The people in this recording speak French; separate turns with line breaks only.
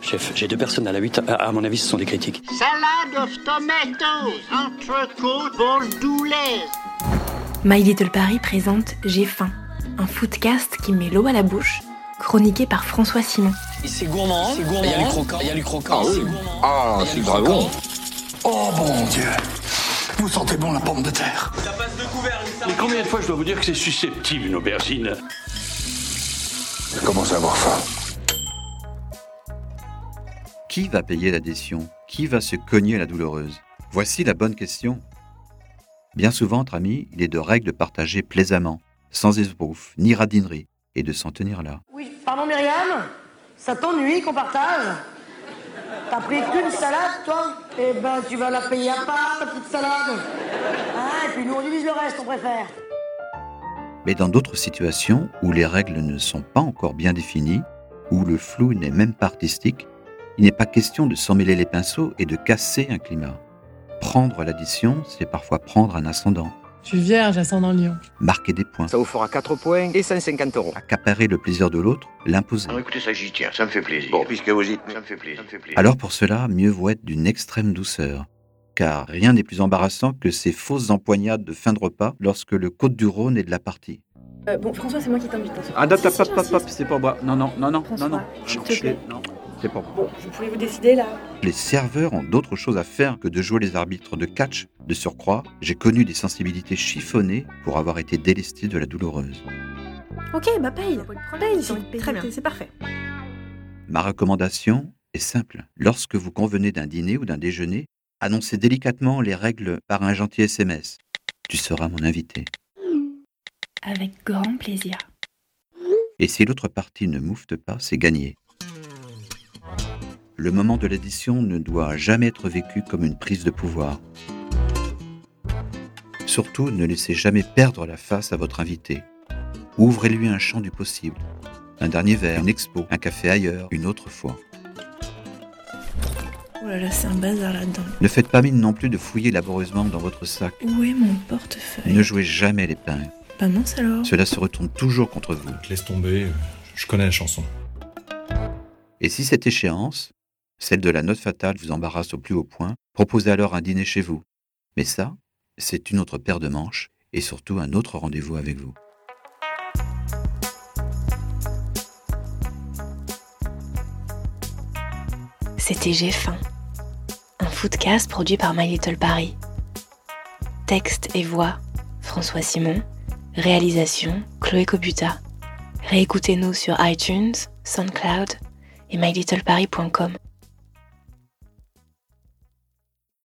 chef. J'ai deux personnes à la 8. À, à mon avis, ce sont des critiques.
Salade of tomatoes, entrecôte, boldoulais.
My Little Paris présente J'ai faim, un foodcast qui met l'eau à la bouche, chroniqué par François Simon.
C'est gourmand, c'est gourmand. Il y a du croquant, il y a du croquant.
Ah oui.
c'est gourmand.
Ah,
Il y a
c'est
du
grave
croquant.
bon.
Oh bon Dieu Vous sentez bon la pomme de terre
Mais combien de fois je dois vous dire que c'est susceptible, une aubergine
Je commence à avoir faim.
Qui va payer l'adhésion Qui va se cogner la douloureuse Voici la bonne question. Bien souvent, entre amis, il est de règle de partager plaisamment, sans esbrouf, ni radinerie, et de s'en tenir là.
Oui, pardon Myriam Ça t'ennuie qu'on partage T'as pris qu'une salade, toi Eh ben, tu vas la payer à part, ta petite salade Ah, et puis nous, on divise le reste, on préfère
Mais dans d'autres situations où les règles ne sont pas encore bien définies, où le flou n'est même pas artistique, il n'est pas question de s'en mêler les pinceaux et de casser un climat. Prendre l'addition, c'est parfois prendre un ascendant,
Je suis vierge, ascendant lion.
marquer des points,
Ça vous fera 4 points et 150 euros.
accaparer le plaisir de l'autre, l'imposer.
Ah, écoutez, ça j'y tiens, ça me fait plaisir.
Bon, puisque vous dites,
me fait plaisir.
Alors pour cela, mieux vaut être d'une extrême douceur, car rien n'est plus embarrassant que ces fausses empoignades de fin de repas lorsque le Côte du Rhône est de la partie.
bon, François, c'est moi qui t'invite.
Ah, non, hop, hop, hop, hop, c'est pour moi. Non, non, non, non, non, non.
s'il
Non,
te plaît.
je- non, c'est pour moi.
Bon, vous pouvez vous décider là.
Les serveurs ont d'autres choses à faire que de jouer les arbitres de catch. De surcroît, j'ai connu des sensibilités chiffonnées pour avoir été délesté de la douloureuse.
Ok, bah paye. Paye, très bien, c'est parfait.
Ma recommandation est simple. Lorsque vous convenez d'un dîner ou d'un déjeuner, annoncez délicatement les règles par un gentil SMS. Tu seras mon invité.
Avec grand plaisir.
Et si l'autre partie ne moufte pas, c'est gagné. Le moment de l'addition ne doit jamais être vécu comme une prise de pouvoir. Surtout, ne laissez jamais perdre la face à votre invité. Ouvrez-lui un champ du possible. Un dernier verre, une expo, un café ailleurs, une autre fois.
Oh là là, c'est un bazar là-dedans.
Ne faites pas mine non plus de fouiller laborieusement dans votre sac.
Où est mon portefeuille
Ne jouez jamais les pains.
Bah mince alors.
Cela se retourne toujours contre vous.
Laisse tomber, euh, je connais la chanson.
Et si cette échéance, celle de la note fatale, vous embarrasse au plus haut point, proposez alors un dîner chez vous. Mais ça, c'est une autre paire de manches et surtout un autre rendez-vous avec vous.
C'était J'ai faim. Un foodcast produit par My Little Paris. Texte et voix, François Simon. Réalisation, Chloé Cobuta. Réécoutez-nous sur iTunes, SoundCloud et mylittleparis.com.